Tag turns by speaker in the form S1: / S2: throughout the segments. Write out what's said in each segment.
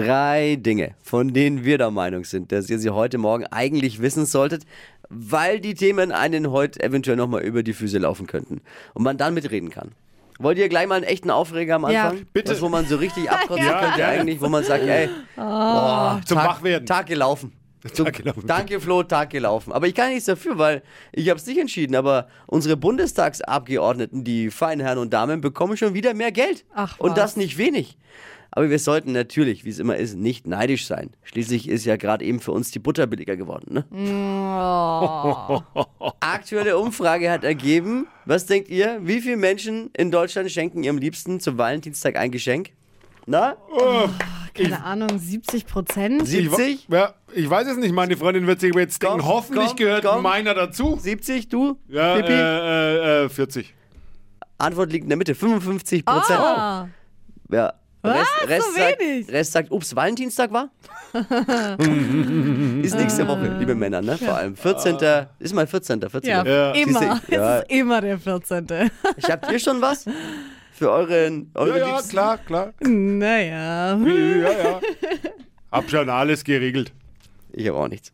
S1: Drei Dinge, von denen wir der Meinung sind, dass ihr sie heute Morgen eigentlich wissen solltet, weil die Themen einen heute eventuell nochmal über die Füße laufen könnten und man dann mitreden kann. Wollt ihr gleich mal einen echten Aufreger am
S2: Ja.
S1: Anfang?
S3: Bitte.
S1: Das, wo man so richtig abkotzen
S3: Ja,
S1: könnte
S3: gerne.
S1: eigentlich, wo man sagt, ey, boah,
S3: Zum
S1: Tag,
S3: Wachwerden.
S1: Tag gelaufen. Zum,
S3: Tag gelaufen.
S1: Danke Flo, Tag gelaufen. Aber ich kann nichts dafür, weil ich habe es nicht entschieden. Aber unsere Bundestagsabgeordneten, die feinen Herren und Damen, bekommen schon wieder mehr Geld.
S2: Ach,
S1: und das
S2: was.
S1: nicht wenig. Aber wir sollten natürlich, wie es immer ist, nicht neidisch sein. Schließlich ist ja gerade eben für uns die Butter billiger geworden. Ne? Aktuelle Umfrage hat ergeben, was denkt ihr, wie viele Menschen in Deutschland schenken ihrem Liebsten zum Valentinstag ein Geschenk? Na,
S2: Keine Ahnung, 70 Prozent?
S3: Ich, wa-
S1: 70?
S3: ja, ich weiß es nicht, meine Freundin wird sich jetzt denken,
S1: Komm,
S3: hoffentlich
S1: komm,
S3: gehört
S1: komm.
S3: meiner dazu.
S1: 70, du?
S3: Ja,
S1: Pippi?
S3: äh, äh, äh, 40.
S1: Antwort liegt in der Mitte, 55 Prozent.
S2: Ah,
S1: Ja. Rest, Rest,
S2: so
S1: sagt,
S2: wenig.
S1: Rest sagt, ups, Valentinstag war? ist nächste Woche, liebe Männer, ne? Vor allem. 14. Ist mal 14. 14.
S2: ja,
S3: Ja.
S2: immer.
S1: Siehste, ja.
S2: Es ist immer der 14.
S1: Ich habt ihr schon was? Für euren,
S3: Ja,
S1: eure
S3: ja,
S1: Liebsten?
S3: klar, klar.
S2: naja.
S3: Ja, ja. Hab schon alles geregelt.
S1: Ich habe auch nichts.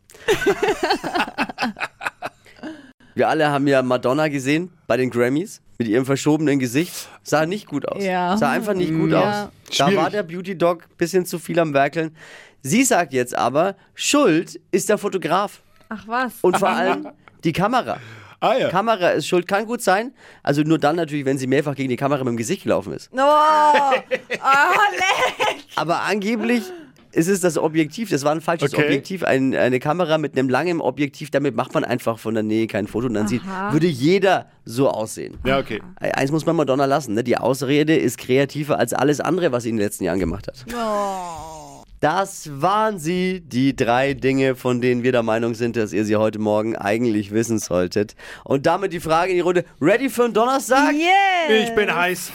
S1: Wir alle haben ja Madonna gesehen bei den Grammys mit ihrem verschobenen Gesicht. Sah nicht gut aus.
S2: Ja.
S1: Sah einfach nicht gut
S2: Ja.
S1: aus. Da
S3: Schwierig.
S1: war der Beauty Dog ein bisschen zu viel am Werkeln. Sie sagt jetzt aber, Schuld ist der Fotograf
S2: Ach was.
S1: und vor allem die Kamera.
S3: Ah ja.
S1: Kamera ist schuld, kann gut sein. Also nur dann natürlich, wenn sie mehrfach gegen die Kamera mit dem Gesicht gelaufen ist.
S2: Oh, oh leck.
S1: Aber angeblich ist es das Objektiv. Das war ein falsches
S3: Okay.
S1: Objektiv. Ein, eine Kamera mit einem langen Objektiv. Damit macht man einfach von der Nähe kein Foto. Und dann sieht,
S2: Aha.
S1: würde jeder so aussehen.
S3: Ja, okay.
S1: Äh, Eins muss man Madonna lassen. Ne? Die Ausrede ist kreativer als alles andere, was sie in den letzten Jahren gemacht hat. Das waren sie, die drei Dinge, von denen wir der Meinung sind, dass ihr sie heute Morgen eigentlich wissen solltet. Und damit die Frage in die Runde. Ready für einen Donnerstag?
S2: Yeah.
S3: Ich bin heiß.